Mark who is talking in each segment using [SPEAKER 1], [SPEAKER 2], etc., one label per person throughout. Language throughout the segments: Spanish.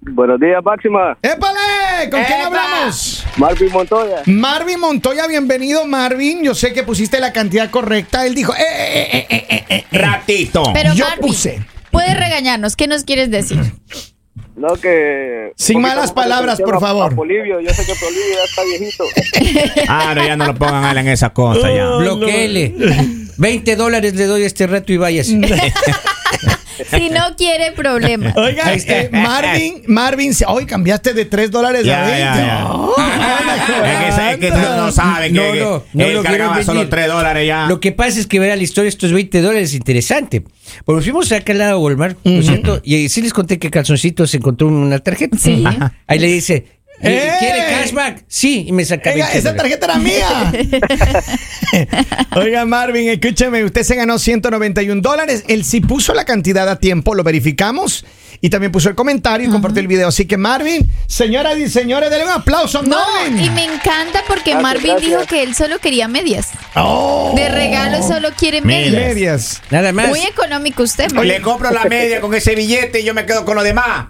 [SPEAKER 1] Buenos días, Máxima.
[SPEAKER 2] ¡Épale! ¿Con quién hablamos?
[SPEAKER 1] Marvin Montoya.
[SPEAKER 2] Marvin Montoya, bienvenido, Marvin. Yo sé que pusiste la cantidad correcta. Él dijo, eh, eh, eh, eh, eh, eh, eh.
[SPEAKER 3] Ratito.
[SPEAKER 4] Pero
[SPEAKER 2] Yo
[SPEAKER 4] Marvin,
[SPEAKER 2] puse.
[SPEAKER 4] Puedes regañarnos. ¿Qué nos quieres decir?
[SPEAKER 1] No que...
[SPEAKER 2] Sin
[SPEAKER 1] poquito
[SPEAKER 2] malas
[SPEAKER 1] como
[SPEAKER 2] palabras,
[SPEAKER 1] que se
[SPEAKER 2] por
[SPEAKER 1] llama
[SPEAKER 2] favor.
[SPEAKER 1] a Polivio. Yo sé que Polivio ya está viejito.
[SPEAKER 3] Ah, no, ya no lo pongan a él en esa cosa ya.
[SPEAKER 5] Bloqueele. 20 dólares le doy a este reto y váyase.
[SPEAKER 4] Si no quiere problemas.
[SPEAKER 2] Oiga, eh, Marvin, Marvin, se- hoy cambiaste de 3 dólares a
[SPEAKER 3] Ya,
[SPEAKER 2] 20.
[SPEAKER 3] ya, ya. Ah, Es que, ese- es que no, no sabe que,
[SPEAKER 5] No,
[SPEAKER 3] que
[SPEAKER 5] no, no
[SPEAKER 3] él
[SPEAKER 5] lo
[SPEAKER 3] cargaba
[SPEAKER 5] quieren
[SPEAKER 3] solo
[SPEAKER 5] venir.
[SPEAKER 3] 3 dólares ya.
[SPEAKER 5] Lo que pasa es que verá la historia, estos 20 dólares es interesante. Porque fuimos acá al lado de Walmart, ¿no es cierto? Y ahí sí les conté que Calzoncito se encontró una tarjeta.
[SPEAKER 4] Sí. Ajá.
[SPEAKER 5] Ahí le dice,
[SPEAKER 2] ¡Eh!
[SPEAKER 5] ¿quiere cashback? Sí, y me saca
[SPEAKER 2] Oiga,
[SPEAKER 5] 20
[SPEAKER 2] esa
[SPEAKER 5] dólares.
[SPEAKER 2] tarjeta era mía. Oiga, Marvin, escúchame, usted se ganó 191 dólares. Él sí puso la cantidad a tiempo, lo verificamos. Y también puso el comentario y compartió el video. Así que, Marvin, señoras y señores, denle un aplauso a
[SPEAKER 4] No,
[SPEAKER 2] Marvin.
[SPEAKER 4] y me encanta porque
[SPEAKER 1] Gracias,
[SPEAKER 4] Marvin
[SPEAKER 1] gracias.
[SPEAKER 4] dijo que él solo quería medias.
[SPEAKER 2] Oh,
[SPEAKER 4] De regalo solo quiere
[SPEAKER 3] Mira.
[SPEAKER 4] medias.
[SPEAKER 2] medias.
[SPEAKER 5] Nada más.
[SPEAKER 4] Muy económico usted, Marvin.
[SPEAKER 3] Le compro la media con ese billete y yo me quedo con lo demás.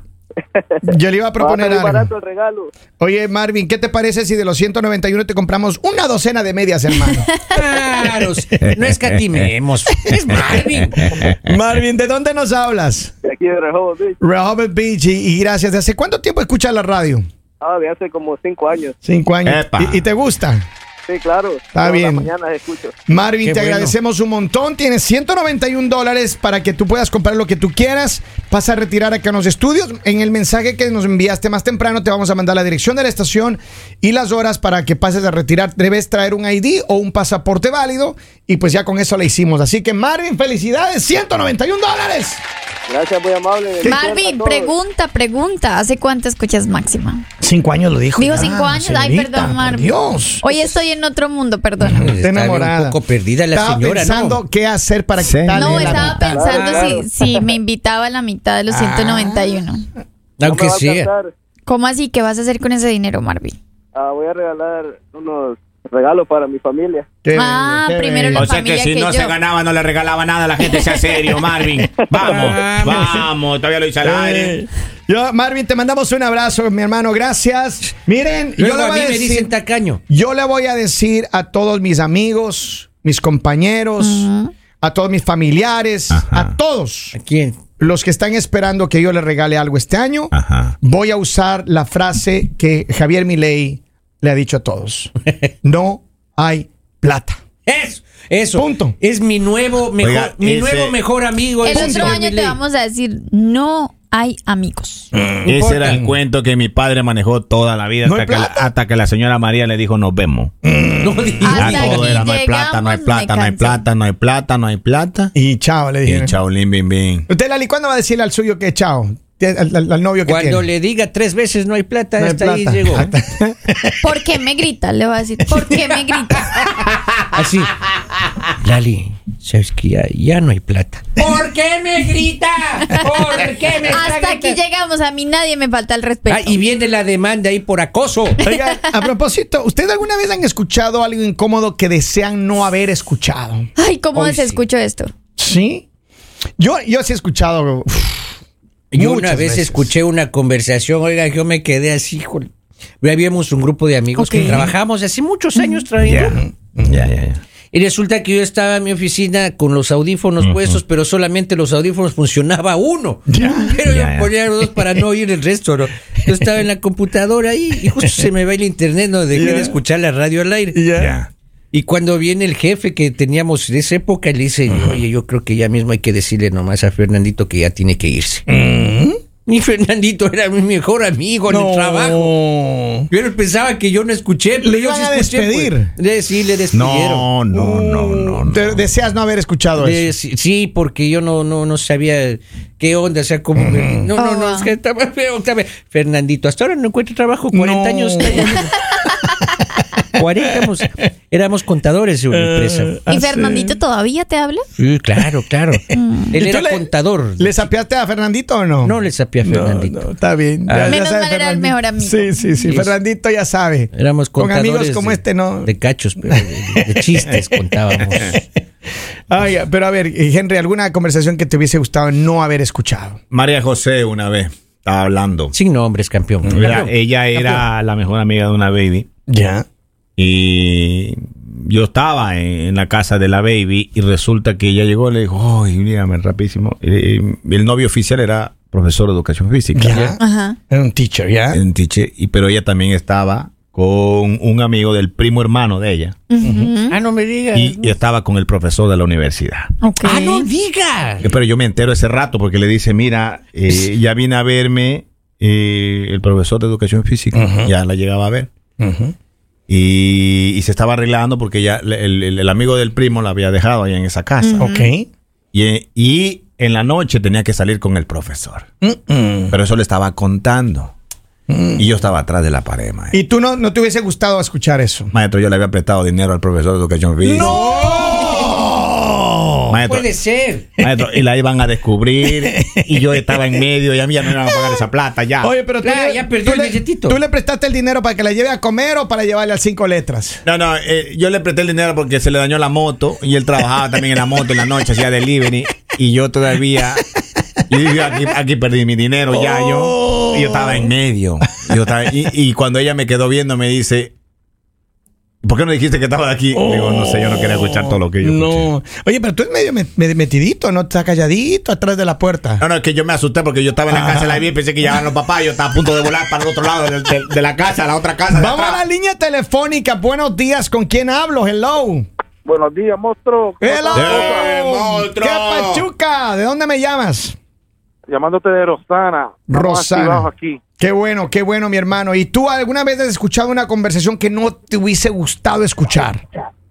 [SPEAKER 2] Yo le iba
[SPEAKER 1] Va
[SPEAKER 2] a
[SPEAKER 1] a
[SPEAKER 2] proponer
[SPEAKER 1] salir barato
[SPEAKER 2] algo.
[SPEAKER 1] el regalo.
[SPEAKER 2] Oye, Marvin, ¿qué te parece si de los 191 te compramos una docena de medias, hermano?
[SPEAKER 5] Claro, no escatimemos. Es Marvin.
[SPEAKER 2] Marvin, ¿de dónde nos hablas?
[SPEAKER 1] De aquí de Rehoboth Beach.
[SPEAKER 2] Robert Beach, y, y gracias. ¿De hace cuánto tiempo escuchas la radio?
[SPEAKER 1] Ah, de hace como cinco años.
[SPEAKER 2] Cinco años.
[SPEAKER 3] Epa.
[SPEAKER 2] ¿Y, y te gusta?
[SPEAKER 1] Sí, claro.
[SPEAKER 2] Está
[SPEAKER 1] Todas
[SPEAKER 2] bien.
[SPEAKER 1] Las mañanas escucho.
[SPEAKER 2] Marvin,
[SPEAKER 5] Qué
[SPEAKER 2] te
[SPEAKER 5] bueno.
[SPEAKER 2] agradecemos un montón. Tienes 191 dólares para que tú puedas comprar lo que tú quieras. Vas a retirar acá en los estudios. En el mensaje que nos enviaste más temprano, te vamos a mandar la dirección de la estación y las horas para que pases a retirar. Debes traer un ID o un pasaporte válido. Y pues ya con eso la hicimos. Así que, Marvin, felicidades. 191 dólares.
[SPEAKER 1] Gracias, muy amable.
[SPEAKER 4] Marvin,
[SPEAKER 1] Bendiciones a todos.
[SPEAKER 4] pregunta, pregunta. ¿Hace cuánto escuchas Máxima?
[SPEAKER 2] Cinco años lo dijo.
[SPEAKER 4] Dijo cinco años. Ay, perdón, Marvin.
[SPEAKER 2] Dios.
[SPEAKER 4] Hoy estoy en otro mundo, perdón.
[SPEAKER 5] Está
[SPEAKER 2] Está enamorada.
[SPEAKER 5] un poco perdida la
[SPEAKER 2] Estaba
[SPEAKER 5] señora,
[SPEAKER 2] pensando
[SPEAKER 5] ¿no?
[SPEAKER 2] qué hacer para
[SPEAKER 3] Sí.
[SPEAKER 2] quitarle
[SPEAKER 4] No,
[SPEAKER 2] la
[SPEAKER 4] estaba
[SPEAKER 2] mitad. Ah.
[SPEAKER 4] pensando
[SPEAKER 1] Claro.
[SPEAKER 4] si, si me invitaba a la mitad de los 191.
[SPEAKER 1] No me
[SPEAKER 5] Aunque
[SPEAKER 1] va a
[SPEAKER 5] sea.
[SPEAKER 1] alcanzar.
[SPEAKER 4] ¿Cómo así? ¿Qué vas a hacer con ese dinero, Marvin?
[SPEAKER 1] Ah, voy a regalar unos regalos para mi familia.
[SPEAKER 2] Qué
[SPEAKER 4] Ah,
[SPEAKER 2] bello, qué
[SPEAKER 4] primero
[SPEAKER 2] bello.
[SPEAKER 4] la
[SPEAKER 3] O sea que
[SPEAKER 4] familia
[SPEAKER 3] si
[SPEAKER 4] que
[SPEAKER 3] no
[SPEAKER 4] yo.
[SPEAKER 3] se ganaba, no le regalaba nada a la gente. Sea serio, Marvin. Vamos, vamos. Todavía lo hice al aire.
[SPEAKER 2] Eh, Yo, Marvin, te mandamos un abrazo, mi hermano. Gracias. Miren, yo
[SPEAKER 5] Luego
[SPEAKER 2] le,
[SPEAKER 5] a
[SPEAKER 2] voy
[SPEAKER 5] mí
[SPEAKER 2] a
[SPEAKER 5] me dicen
[SPEAKER 2] decir,
[SPEAKER 5] tacaño.
[SPEAKER 2] yo le voy a decir a todos mis amigos, mis compañeros, a todos mis familiares, a todos
[SPEAKER 5] ¿A quién?
[SPEAKER 2] los que están esperando que yo les regale algo este año.
[SPEAKER 3] Ah.
[SPEAKER 2] Voy a usar la frase que Javier Milei le ha dicho a todos. No hay plata.
[SPEAKER 5] Eso, eso.
[SPEAKER 2] Punto.
[SPEAKER 5] Es mi nuevo mejor,
[SPEAKER 3] Oiga,
[SPEAKER 5] mi
[SPEAKER 3] ese-
[SPEAKER 5] nuevo mejor amigo.
[SPEAKER 4] El
[SPEAKER 5] es
[SPEAKER 4] otro
[SPEAKER 5] señor
[SPEAKER 4] año te
[SPEAKER 5] Milei.
[SPEAKER 4] vamos a decir, no hay amigos.
[SPEAKER 3] Ese era el cuento que mi padre manejó toda la vida
[SPEAKER 2] ¿No
[SPEAKER 3] hasta,
[SPEAKER 2] hay
[SPEAKER 3] que la,
[SPEAKER 2] plata?
[SPEAKER 3] hasta que la señora María le dijo nos vemos.
[SPEAKER 5] No
[SPEAKER 4] Ah,
[SPEAKER 5] digas.
[SPEAKER 4] Hasta
[SPEAKER 3] Ya todo
[SPEAKER 4] aquí
[SPEAKER 3] era no hay
[SPEAKER 4] llegamos,
[SPEAKER 3] plata, no hay
[SPEAKER 4] me
[SPEAKER 3] plata, no hay
[SPEAKER 4] cansé.
[SPEAKER 3] plata, no hay plata, no hay plata.
[SPEAKER 2] Y chao, le
[SPEAKER 3] Y
[SPEAKER 2] dije.
[SPEAKER 3] chaulín, bim, bim.
[SPEAKER 2] Usted, Lali, ¿cuándo va a decirle al suyo que chao? Al, al- al novio que
[SPEAKER 5] Cuando
[SPEAKER 2] tiene.
[SPEAKER 5] le diga tres veces no hay plata,
[SPEAKER 2] No hay
[SPEAKER 5] hasta ahí
[SPEAKER 2] plata.
[SPEAKER 5] llegó.
[SPEAKER 4] ¿Por qué me gritas? Le voy a decir, ¿por qué me gritas?
[SPEAKER 5] Así. Lali, sabes que ya, ya no hay plata. ¿Por qué me grita? ¿Por qué me
[SPEAKER 4] Hasta aquí llegamos, a mí nadie me falta el respeto.
[SPEAKER 5] Ah, y viene la demanda ahí por acoso.
[SPEAKER 2] Oiga, a propósito, ¿ustedes alguna vez han escuchado algo incómodo que desean no haber escuchado?
[SPEAKER 4] Ay, ¿cómo
[SPEAKER 5] Hoy sí.
[SPEAKER 4] desescucho esto?
[SPEAKER 2] ¿Sí? Yo, yo sí he escuchado. uf,
[SPEAKER 5] Yo una
[SPEAKER 2] muchas
[SPEAKER 5] vez
[SPEAKER 2] veces.
[SPEAKER 5] escuché una conversación, oiga, yo me quedé así, híjole. Habíamos un grupo de amigos
[SPEAKER 4] Ok.
[SPEAKER 5] que trabajamos hace muchos años
[SPEAKER 2] Mm.
[SPEAKER 5] trabajando.
[SPEAKER 3] Ya, ya, ya.
[SPEAKER 5] Y resulta que yo estaba en mi oficina con los audífonos puestos, pero solamente los audífonos funcionaba uno.
[SPEAKER 3] Ya,
[SPEAKER 5] Pero
[SPEAKER 3] ya.
[SPEAKER 5] yo ponía los dos para no oír el resto, ¿no? Yo estaba en la computadora ahí y justo se me va el internet, no dejé de escuchar la radio al aire.
[SPEAKER 3] Ya.
[SPEAKER 5] Y cuando viene el jefe que teníamos en esa época, le dice, oye, yo creo que ya mismo hay que decirle nomás a Fernandito que ya tiene que irse. Mi Fernandito era mi mejor amigo en el trabajo. Pero él pensaba que yo no escuché, pero
[SPEAKER 2] Le
[SPEAKER 5] yo
[SPEAKER 2] iban
[SPEAKER 5] sí
[SPEAKER 2] a
[SPEAKER 5] escuché,
[SPEAKER 2] despedir.
[SPEAKER 5] pues. Le- Sí, le despidieron.
[SPEAKER 3] No, no, no,
[SPEAKER 2] Mm.
[SPEAKER 3] no. no.
[SPEAKER 2] Te- deseas no haber escuchado
[SPEAKER 5] De-
[SPEAKER 2] eso.
[SPEAKER 5] sí, sí, porque yo no, no, no sabía qué onda, o sea, cómo... me- No, no,
[SPEAKER 4] Oh,
[SPEAKER 5] no,
[SPEAKER 4] wow.
[SPEAKER 5] es que estaba feo, estaba- Fernandito, hasta ahora no encuentro trabajo, 40
[SPEAKER 2] No.
[SPEAKER 5] años. 40 éramos, éramos contadores de una
[SPEAKER 2] Eh.
[SPEAKER 5] empresa.
[SPEAKER 4] ¿Y Fernandito todavía te habla?
[SPEAKER 5] Sí, claro, claro. Él
[SPEAKER 2] ¿Y tú
[SPEAKER 5] era
[SPEAKER 2] le-
[SPEAKER 5] contador.
[SPEAKER 2] ¿Le sapeaste a Fernandito o no?
[SPEAKER 5] No le sapía a Fernandito.
[SPEAKER 2] No, está bien.
[SPEAKER 5] Ah.
[SPEAKER 4] Menos mal era el
[SPEAKER 2] Fernandito.
[SPEAKER 4] mejor amigo.
[SPEAKER 2] Sí, sí, sí.
[SPEAKER 5] Sí.
[SPEAKER 2] Fernandito ya sabe.
[SPEAKER 5] Éramos
[SPEAKER 2] Con
[SPEAKER 5] contadores.
[SPEAKER 2] amigos como
[SPEAKER 5] de-
[SPEAKER 2] este, ¿no?
[SPEAKER 5] De cachos, pero de, de chistes contábamos.
[SPEAKER 2] Ay, pero a ver, Henry, ¿alguna conversación que te hubiese gustado no haber escuchado?
[SPEAKER 3] María José una vez. estaba hablando.
[SPEAKER 5] Sin nombres, campeón.
[SPEAKER 3] Era-
[SPEAKER 2] eh.
[SPEAKER 5] Campeón.
[SPEAKER 3] ella era la mejor amiga de una baby.
[SPEAKER 2] Ya.
[SPEAKER 3] Y yo estaba en, en la casa de la baby y resulta que ella llegó y le dijo, ¡ay, dígame rapidísimo! Eh, el novio oficial era profesor de educación física.
[SPEAKER 2] Ya.
[SPEAKER 4] Ajá.
[SPEAKER 2] Era un teacher, ya.
[SPEAKER 3] En Tiche, y, pero ella también estaba con un amigo del primo hermano de ella.
[SPEAKER 4] Ujú.
[SPEAKER 5] Ah, no me digas.
[SPEAKER 3] Y, y estaba con el profesor de la universidad.
[SPEAKER 4] Ok.
[SPEAKER 5] Ah, no digas.
[SPEAKER 3] Pero yo me entero ese rato porque le dice, mira, eh, ya vine a verme eh, el profesor de educación física. Ya la llegaba a ver.
[SPEAKER 2] Ujú.
[SPEAKER 3] Y, y se estaba arreglando porque ya le- el, el- el amigo del primo la había dejado ahí en esa casa.
[SPEAKER 2] Ok.
[SPEAKER 3] Y, eh, y en la noche tenía que salir con el profesor.
[SPEAKER 2] Mm-mm.
[SPEAKER 3] Pero eso le estaba contando. Y yo estaba atrás de la pared, maestro.
[SPEAKER 2] Y tú no, no te hubiese gustado escuchar eso.
[SPEAKER 3] Maestro, yo le había prestado dinero al profesor de educación física.
[SPEAKER 5] Ah.
[SPEAKER 2] Pues
[SPEAKER 3] Maestro,
[SPEAKER 5] Puede ser.
[SPEAKER 3] maestro, y la iban a descubrir. y yo estaba en medio y a mí ya no me iban a pagar esa plata ya.
[SPEAKER 2] Oye, pero tú,
[SPEAKER 5] Claro,
[SPEAKER 2] le,
[SPEAKER 5] Ah, ya perdió
[SPEAKER 2] tú
[SPEAKER 5] el
[SPEAKER 2] le-
[SPEAKER 5] billetito.
[SPEAKER 2] tú le prestaste el dinero para que la lleve a comer o para llevarle a cinco letras.
[SPEAKER 3] No, no, eh, yo le presté el dinero porque se le dañó la moto y él trabajaba también en la moto en la noche, hacía delivery y yo todavía... Yo dije, aquí, aquí perdí mi dinero ya, yo, y yo estaba
[SPEAKER 2] Oh.
[SPEAKER 3] en medio. Yo estaba- y, y cuando ella me quedó viendo me dice, ¿por qué no dijiste que estaba de aquí? Le Digo, no sé, yo no quería escuchar todo lo que yo escuché".
[SPEAKER 2] No. Oye, pero tú eres medio met- met- metidito, ¿no? Está calladito atrás de la puerta.
[SPEAKER 3] No, no, es que yo me asusté porque yo estaba en la casa de la vi pensé que llegaban los papás, yo estaba a punto de volar para el otro lado del- del- de, la casa, a la otra casa. de
[SPEAKER 2] Vamos
[SPEAKER 3] atrás.
[SPEAKER 2] a la línea telefónica. Buenos días. ¿Con quién hablo? Hello.
[SPEAKER 1] Buenos días, monstruo. ¿Cómo
[SPEAKER 2] Hello.
[SPEAKER 1] estás?
[SPEAKER 3] ¡Eh,
[SPEAKER 2] ¿Qué
[SPEAKER 3] monstruo!
[SPEAKER 2] pachuca? ¿De dónde me llamas?
[SPEAKER 1] Llamándote de Rosana. Estamos
[SPEAKER 2] Rosana.
[SPEAKER 1] activados aquí.
[SPEAKER 2] Qué bueno, qué bueno, mi hermano. ¿Y tú alguna vez has escuchado una conversación que no te hubiese gustado escuchar?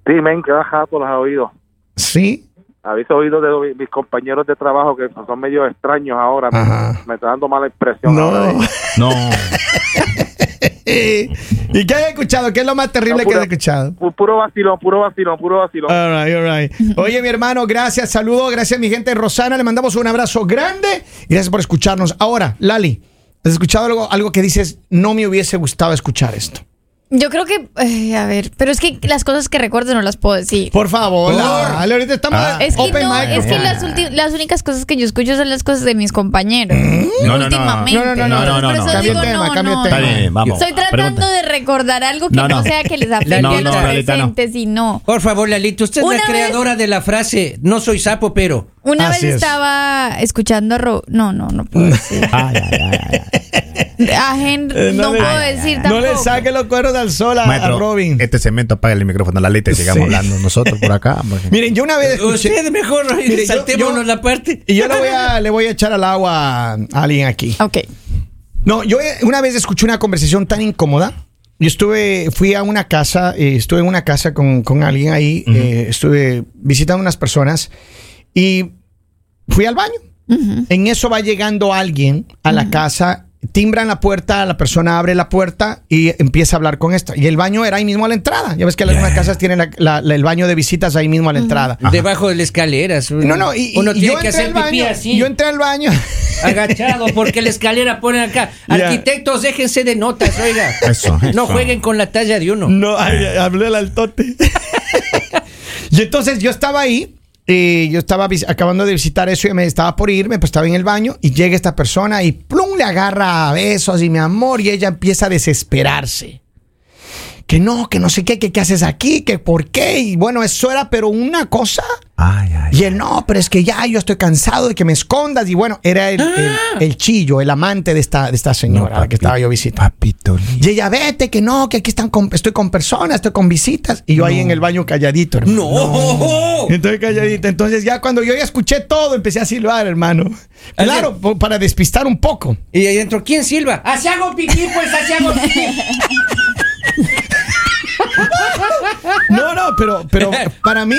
[SPEAKER 1] Sí, men, que jato las has oído.
[SPEAKER 2] Sí.
[SPEAKER 1] Habéis oído de mis compañeros de trabajo que son medio extraños ahora. men.
[SPEAKER 2] Ajá.
[SPEAKER 1] Me está dando mala impresión. ahora de ellos.
[SPEAKER 3] No. eh.
[SPEAKER 2] ¿Y qué has escuchado? ¿Qué es lo más terrible
[SPEAKER 1] No,
[SPEAKER 2] que has
[SPEAKER 1] pura-
[SPEAKER 2] escuchado?
[SPEAKER 1] Pu- Puro vacilón, puro vacilón, puro vacilón.
[SPEAKER 2] All right, all right. Oye, mi hermano, gracias, saludos, gracias, mi gente de Rosana. Le mandamos un abrazo grande y gracias por escucharnos. Ahora, Lali, ¿has escuchado algo, algo que dices, no me hubiese gustado escuchar esto?
[SPEAKER 4] Yo creo que, eh, a ver, pero es que las cosas que recuerdo no las puedo decir.
[SPEAKER 2] Por favor,
[SPEAKER 3] Por-
[SPEAKER 2] Lali, ahorita estamos
[SPEAKER 3] Ah.
[SPEAKER 4] Es que
[SPEAKER 2] open
[SPEAKER 4] no,
[SPEAKER 2] mic,
[SPEAKER 4] es
[SPEAKER 2] por
[SPEAKER 4] que
[SPEAKER 2] favor.
[SPEAKER 4] las, ulti- las únicas cosas que yo escucho son las cosas de mis compañeros.
[SPEAKER 3] No, no, no.
[SPEAKER 4] últimamente.
[SPEAKER 2] No, no, no, no,
[SPEAKER 3] no,
[SPEAKER 4] Entonces, por
[SPEAKER 3] no,
[SPEAKER 4] eso
[SPEAKER 3] no.
[SPEAKER 2] Cambia
[SPEAKER 4] digo,
[SPEAKER 2] tema,
[SPEAKER 4] no,
[SPEAKER 2] cambia
[SPEAKER 4] no.
[SPEAKER 3] Está bien, vamos.
[SPEAKER 4] Estoy tratando
[SPEAKER 3] Pregunta.
[SPEAKER 4] de recordar algo que
[SPEAKER 3] No,
[SPEAKER 4] no,
[SPEAKER 3] no.
[SPEAKER 4] sea que les afecte
[SPEAKER 5] No,
[SPEAKER 4] a
[SPEAKER 5] no,
[SPEAKER 4] los
[SPEAKER 3] Lalita, no.
[SPEAKER 4] presentes y no.
[SPEAKER 5] Por favor, Lalito, usted es
[SPEAKER 4] Una
[SPEAKER 5] la
[SPEAKER 4] vez-
[SPEAKER 5] creadora de la frase no soy sapo, pero.
[SPEAKER 4] Una
[SPEAKER 2] Así
[SPEAKER 4] vez
[SPEAKER 2] es.
[SPEAKER 4] estaba escuchando a Ro- No, no, no puedo decir.
[SPEAKER 3] Ay, ay, ay, ay.
[SPEAKER 4] A Henry
[SPEAKER 2] Eh,
[SPEAKER 4] no,
[SPEAKER 2] le-
[SPEAKER 4] puedo decir
[SPEAKER 2] No
[SPEAKER 4] tampoco.
[SPEAKER 2] le saque los cueros del sol a, a
[SPEAKER 3] Maestro,
[SPEAKER 2] Robin.
[SPEAKER 3] este cemento apaga el micrófono a la letra y sigamos
[SPEAKER 2] Sí.
[SPEAKER 3] hablando nosotros por acá. porque-
[SPEAKER 2] Miren, yo una vez
[SPEAKER 3] eh, oh,
[SPEAKER 2] escuché.
[SPEAKER 5] Usted mejor
[SPEAKER 2] Mire, yo-
[SPEAKER 5] saltémonos
[SPEAKER 2] yo-
[SPEAKER 5] la parte.
[SPEAKER 2] Y yo le voy, a, le voy a echar al agua a alguien aquí.
[SPEAKER 4] Ok.
[SPEAKER 2] No, yo eh, una vez escuché una conversación tan incómoda. Yo estuve, fui a una casa, eh, estuve en una casa con, con alguien ahí, eh, estuve visitando unas personas y fui al baño. En eso va llegando alguien a la casa, timbran la puerta, la persona abre la puerta y empieza a hablar con esta. Y el baño era ahí mismo a la entrada. Ya ves que algunas casas tienen la- la- la- el baño de visitas ahí mismo a la entrada.
[SPEAKER 5] Debajo de las escaleras.
[SPEAKER 2] No, no, y, y-
[SPEAKER 5] uno
[SPEAKER 2] y
[SPEAKER 5] tiene
[SPEAKER 2] yo
[SPEAKER 5] que
[SPEAKER 2] entré
[SPEAKER 5] hacer
[SPEAKER 2] al
[SPEAKER 5] pipí
[SPEAKER 2] baño,
[SPEAKER 5] así.
[SPEAKER 2] Yo entré al baño.
[SPEAKER 5] Agachado, porque la escalera ponen acá.
[SPEAKER 2] Ya.
[SPEAKER 5] Arquitectos, déjense de notas, oiga.
[SPEAKER 3] Eso, eso.
[SPEAKER 5] No jueguen con la talla de uno.
[SPEAKER 2] No, ay, ay, hablé el altote. y entonces yo estaba ahí, y yo estaba vis- acabando de visitar eso y me estaba por irme, pues estaba en el baño y llega esta persona y plum, le agarra a besos y mi amor y ella empieza a desesperarse. Que no, que no sé qué, que qué haces aquí, que por qué. Y bueno, eso era, pero una cosa.
[SPEAKER 3] Ay, ay.
[SPEAKER 2] Y él, no, pero es que ya yo estoy cansado de que me escondas. Y bueno, era el, el- el chillo, el amante de esta, de esta señora a la que estaba yo visitando.
[SPEAKER 3] Papito.
[SPEAKER 2] Y ella, vete, que no, que aquí están con- estoy con personas, estoy con visitas. Y yo ahí en el baño calladito, hermano.
[SPEAKER 5] No.
[SPEAKER 2] Entonces calladito. Entonces ya cuando yo ya escuché todo, empecé a silbar, hermano. Claro, po- para despistar un poco.
[SPEAKER 5] Y ahí dentro, ¿quién silba? Así hago pipí, pues así hago pipí.
[SPEAKER 2] No, no, pero, pero para mí,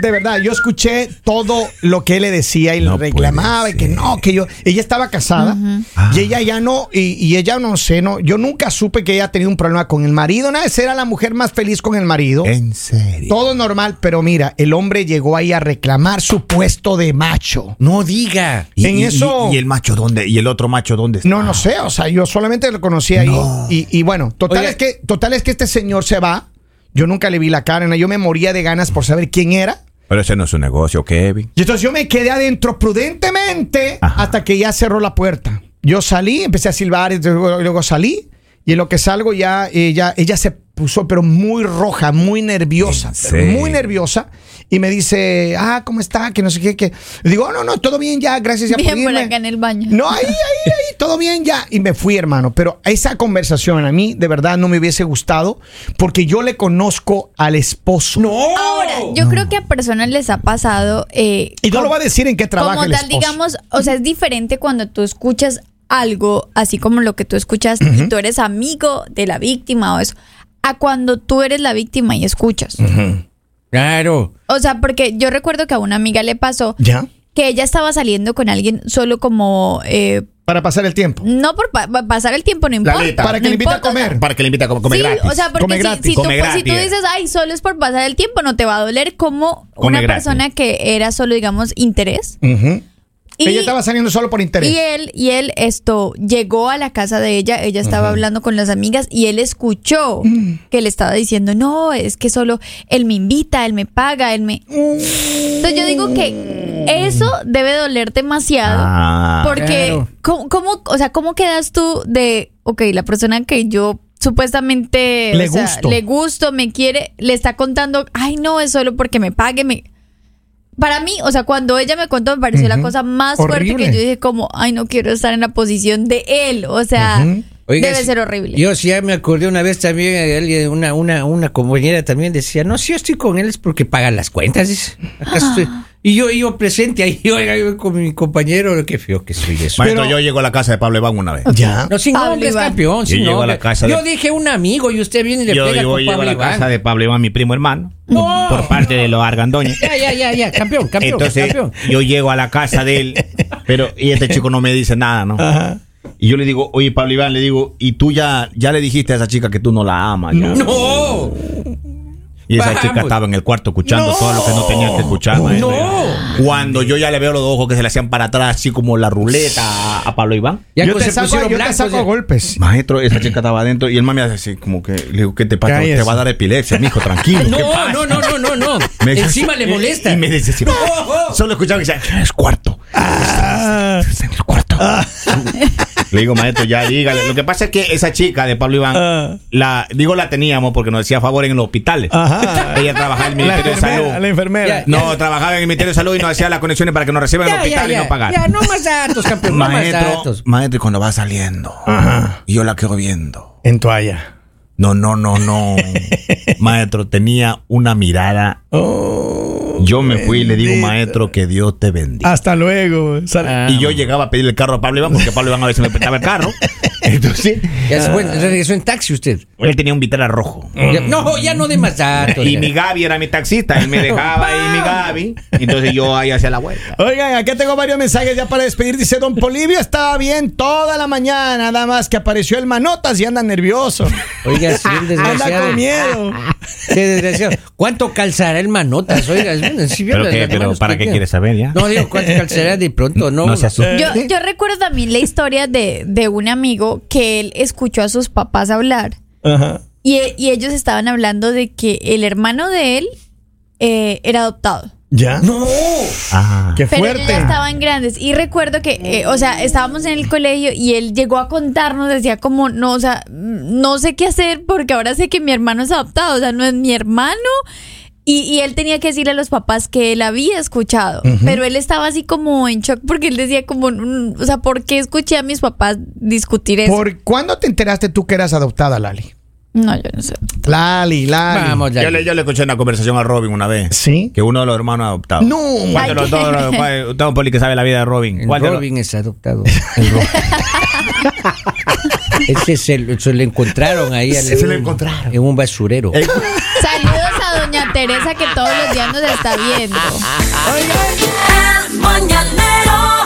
[SPEAKER 2] de verdad, yo escuché todo lo que él le decía y
[SPEAKER 3] No
[SPEAKER 2] le reclamaba
[SPEAKER 3] puede
[SPEAKER 2] y que no, que yo. Ella estaba casada
[SPEAKER 3] Ah.
[SPEAKER 2] y ella ya no, y, y ella no sé, no, yo nunca supe que ella tenía un problema con el marido. Nada, esa era la mujer más feliz con el marido.
[SPEAKER 3] En serio.
[SPEAKER 2] Todo normal, pero mira, el hombre llegó ahí a reclamar su puesto de macho.
[SPEAKER 5] No diga.
[SPEAKER 3] ¿Y,
[SPEAKER 2] en
[SPEAKER 3] y-
[SPEAKER 2] eso-
[SPEAKER 3] Y, y el macho dónde? ¿Y el otro macho dónde está?
[SPEAKER 2] No, no sé, o sea, yo solamente lo conocí ahí. Y, y bueno, total
[SPEAKER 5] Oiga.
[SPEAKER 2] es, que, total es que este señor se va. Yo nunca le vi la cara, ¿no? yo me moría de ganas por saber quién era.
[SPEAKER 3] Pero ese no es su negocio, Kevin.
[SPEAKER 2] Y entonces yo me quedé adentro prudentemente
[SPEAKER 3] Ajá.
[SPEAKER 2] hasta que ya cerró la puerta. yo salí, empecé a silbar, y luego, luego salí, y en lo que salgo ya, ella, ella se puso, pero muy roja, muy nerviosa,
[SPEAKER 3] Sí.
[SPEAKER 2] pero muy nerviosa, y me dice, ah, ¿cómo está? Que no sé qué, que... Le digo, "Oh, no, no, todo bien ya, gracias ya
[SPEAKER 4] Bien por
[SPEAKER 2] irme".
[SPEAKER 4] acá en el baño.
[SPEAKER 2] No, ahí, ahí, ahí, todo bien ya. Y me fui, hermano. Pero esa conversación a mí, de verdad, no me hubiese gustado, porque yo le conozco al esposo. No.
[SPEAKER 4] Ahora, yo creo que a personas les ha pasado. eh,
[SPEAKER 2] Y no
[SPEAKER 4] como-
[SPEAKER 2] lo va a decir en qué trabaja
[SPEAKER 4] Como
[SPEAKER 2] el
[SPEAKER 4] tal,
[SPEAKER 2] esposo.
[SPEAKER 4] digamos, o sea, es diferente cuando tú escuchas algo, así como lo que tú escuchas, y tú eres amigo de la víctima o eso, a cuando tú eres la víctima y escuchas.
[SPEAKER 5] Claro.
[SPEAKER 4] O sea, porque yo recuerdo que a una amiga le pasó
[SPEAKER 2] ¿Ya?
[SPEAKER 4] que ella estaba saliendo con alguien solo como, eh,
[SPEAKER 2] Para pasar el tiempo.
[SPEAKER 4] no por pa- pa- pasar el tiempo, no importa.
[SPEAKER 3] aleta.
[SPEAKER 2] Para que
[SPEAKER 4] no
[SPEAKER 2] le invite a
[SPEAKER 4] importa, o sea,
[SPEAKER 2] comer.
[SPEAKER 3] Para que le invite a com- comer
[SPEAKER 4] sí,
[SPEAKER 3] gratis.
[SPEAKER 4] o sea,
[SPEAKER 2] Come
[SPEAKER 4] porque si-
[SPEAKER 2] gratis.
[SPEAKER 4] si, tú,
[SPEAKER 3] Come
[SPEAKER 4] si tú
[SPEAKER 3] gratis.
[SPEAKER 4] dices, ay, solo es por pasar el tiempo, no te va a doler como
[SPEAKER 3] Come
[SPEAKER 4] una
[SPEAKER 3] gratis.
[SPEAKER 4] persona que era solo, digamos, interés.
[SPEAKER 2] Ujú.
[SPEAKER 4] Y-
[SPEAKER 2] Ella estaba saliendo solo por interés.
[SPEAKER 4] Y él, y él, esto, llegó a la casa de ella, ella estaba hablando con las amigas y él escuchó
[SPEAKER 2] Mm.
[SPEAKER 4] que le estaba diciendo, no, es que solo él me invita, él me paga, él me...
[SPEAKER 2] Mm.
[SPEAKER 4] Entonces yo digo que eso debe doler demasiado
[SPEAKER 3] Ah,
[SPEAKER 4] porque,
[SPEAKER 5] claro.
[SPEAKER 4] ¿cómo, cómo- o sea, ¿cómo quedas tú de, ok, la persona que yo supuestamente
[SPEAKER 2] Le
[SPEAKER 4] o sea,
[SPEAKER 2] gusto.
[SPEAKER 4] le gusto, me quiere, le está contando, ay, no, es solo porque me pague, me... Para mí, o sea, cuando ella me contó, me pareció la cosa más fuerte
[SPEAKER 2] Horrible.
[SPEAKER 4] que yo dije, como, ay, no quiero estar en la posición de él, o sea,
[SPEAKER 2] Ujú.
[SPEAKER 5] Oiga,
[SPEAKER 4] debe
[SPEAKER 5] si-
[SPEAKER 4] ser horrible.
[SPEAKER 5] Yo sí ya me acordé una vez también, eh, alguien, una, una, una compañera también decía, no, si yo estoy con él es porque paga las cuentas. dice.
[SPEAKER 4] Ah.
[SPEAKER 5] Acá estoy. Y yo, y yo presente ahí, oiga, yo con mi compañero, lo que feo que soy eso.
[SPEAKER 3] Maestro, yo llego a la casa de Pablo Iván una vez.
[SPEAKER 2] Ya.
[SPEAKER 5] No, sin
[SPEAKER 4] Pablo
[SPEAKER 5] nombre es
[SPEAKER 4] Iván.
[SPEAKER 5] campeón,
[SPEAKER 3] Yo
[SPEAKER 5] sin
[SPEAKER 3] llego a
[SPEAKER 5] nombre.
[SPEAKER 3] la casa de-
[SPEAKER 5] Yo dije un amigo y usted viene y le
[SPEAKER 3] Yo,
[SPEAKER 5] pega
[SPEAKER 3] yo
[SPEAKER 5] con
[SPEAKER 3] llego a
[SPEAKER 5] Pablo
[SPEAKER 3] la
[SPEAKER 5] Iván.
[SPEAKER 3] casa de Pablo Iván, mi primo hermano,
[SPEAKER 5] No.
[SPEAKER 3] por parte de los Argandoña.
[SPEAKER 5] Ya, ya, ya, ya, campeón, campeón,
[SPEAKER 3] Entonces
[SPEAKER 5] campeón.
[SPEAKER 3] yo llego a la casa de él, pero y este chico no me dice nada, ¿no? Y yo le digo, oye Pablo Iván, le digo, y tú ya, ya le dijiste a esa chica que tú no la amas. ya".
[SPEAKER 5] ¡No!
[SPEAKER 3] Y esa
[SPEAKER 5] Vamos.
[SPEAKER 3] chica estaba en el cuarto escuchando
[SPEAKER 5] No.
[SPEAKER 3] todo lo que no tenía que escuchar. maestro.
[SPEAKER 5] No.
[SPEAKER 3] Cuando yo ya le veo los ojos que se le hacían para atrás, así como la ruleta a, a Pablo Iván.
[SPEAKER 5] Ya
[SPEAKER 2] yo
[SPEAKER 5] que
[SPEAKER 2] te
[SPEAKER 5] se
[SPEAKER 2] saco, yo
[SPEAKER 5] pusieron
[SPEAKER 2] te
[SPEAKER 5] blancos,
[SPEAKER 2] saco a
[SPEAKER 5] ya.
[SPEAKER 2] golpes.
[SPEAKER 3] Maestro, esa chica estaba adentro y el mami hace así como que le digo, ¿qué te pasa?
[SPEAKER 2] Cállese.
[SPEAKER 3] Te va a dar epilepsia, mijo, tranquilo. ¿qué pasa?"
[SPEAKER 5] No, no, no, no, no, no.
[SPEAKER 3] Me-
[SPEAKER 5] Encima le
[SPEAKER 3] y-
[SPEAKER 5] molesta.
[SPEAKER 3] Y, me desesperó.
[SPEAKER 5] No.
[SPEAKER 3] Solo escuchaba que decía, es cuarto.
[SPEAKER 5] Ah.
[SPEAKER 3] Es en el cuarto. Le digo, maestro, ya dígale. Lo que pasa es que esa chica de Pablo Iván,
[SPEAKER 5] Ah.
[SPEAKER 3] la, digo la teníamos porque nos hacía favor en los hospitales.
[SPEAKER 2] Ajá.
[SPEAKER 3] Ella trabajaba en el Ministerio de Salud.
[SPEAKER 2] la enfermera.
[SPEAKER 5] Ya.
[SPEAKER 3] No, trabajaba en el Ministerio de Salud y nos hacía las conexiones para que nos reciban en el
[SPEAKER 5] Ya, ya,
[SPEAKER 3] hospital y
[SPEAKER 5] ya,
[SPEAKER 3] no pagar.
[SPEAKER 5] ya, no más datos, campeón, no más
[SPEAKER 3] Maestro,
[SPEAKER 5] datos.
[SPEAKER 3] maestro, y cuando va saliendo, y yo la quedo viendo.
[SPEAKER 2] En toalla.
[SPEAKER 3] No, no, no, no. maestro, tenía una mirada.
[SPEAKER 5] Oh.
[SPEAKER 3] yo me fui y le digo, maestro, que Dios te bendiga.
[SPEAKER 2] Hasta luego. Sal-
[SPEAKER 5] Ah.
[SPEAKER 3] y yo llegaba a pedir el carro a Pablo Iván, porque Pablo Iván a veces me prestaba el carro. Entonces,
[SPEAKER 5] Ya se fue,
[SPEAKER 3] Ah.
[SPEAKER 5] regresó en taxi usted.
[SPEAKER 3] él tenía un vitera rojo.
[SPEAKER 5] Ya- no, ya no de más datos.
[SPEAKER 3] Mm. Y
[SPEAKER 5] ya.
[SPEAKER 3] mi Gaby era mi taxista, él me dejaba ahí mi Gaby. Entonces yo ahí hacía la vuelta.
[SPEAKER 2] Oigan, acá tengo varios mensajes ya para despedir. Dice Don Polivio estaba bien toda la mañana, nada más que apareció el manotas y anda nervioso.
[SPEAKER 5] Oiga, sí, el
[SPEAKER 2] Anda
[SPEAKER 5] desgraciado.
[SPEAKER 2] con miedo.
[SPEAKER 5] Sí, desgraciado. ¿Cuánto calzará el manotas? Oiga, es bueno, si vieron
[SPEAKER 3] ¿Pero qué?
[SPEAKER 5] las
[SPEAKER 3] ¿Pero
[SPEAKER 5] manos
[SPEAKER 3] para
[SPEAKER 5] que
[SPEAKER 3] qué
[SPEAKER 5] tiene.
[SPEAKER 3] quieres saber ya?
[SPEAKER 5] No, digo, ¿cuánto calzará de pronto? No, eh,
[SPEAKER 3] No se asuste.
[SPEAKER 4] Yo, yo recuerdo también la historia de, de un amigo que él escuchó a sus papás hablar y, e- y ellos estaban hablando de que el hermano de él eh, era adoptado.
[SPEAKER 2] ¿Ya?
[SPEAKER 5] ¡No!
[SPEAKER 3] Ah.
[SPEAKER 2] Qué
[SPEAKER 4] Pero
[SPEAKER 2] fuerte.
[SPEAKER 4] ellos ya estaban grandes. Y recuerdo que, eh, o sea, estábamos en el colegio y él llegó a contarnos, decía como, no, o sea, mm, no sé qué hacer porque ahora sé que mi hermano es adoptado, o sea, no es mi hermano. Y, y él tenía que decirle a los papás que él había escuchado, pero él estaba así como en shock porque él decía como, mm, o sea, ¿por qué escuché a mis papás discutir eso?
[SPEAKER 2] ¿Por cuándo te enteraste tú que eras adoptada, Lali?
[SPEAKER 4] No, yo no sé.
[SPEAKER 2] Lali, Lali.
[SPEAKER 5] Vamos,
[SPEAKER 3] Yo
[SPEAKER 5] Lali.
[SPEAKER 3] le, yo le escuché una conversación a Robin una vez.
[SPEAKER 2] ¿Sí?
[SPEAKER 3] Que uno de los hermanos adoptados.
[SPEAKER 2] No.
[SPEAKER 3] ¿Cuál de los dos? cuál- Usted, don Poli, que sabe la vida de Robin.
[SPEAKER 5] El
[SPEAKER 3] ¿Cuál de los-
[SPEAKER 5] Robin es adoptado. Ese se, lo- se le encontraron ahí. al-
[SPEAKER 3] Se lo encontraron.
[SPEAKER 5] En un basurero.
[SPEAKER 3] Eh,
[SPEAKER 4] Saludos a doña Teresa que todos los días nos está viendo.
[SPEAKER 6] El mañanero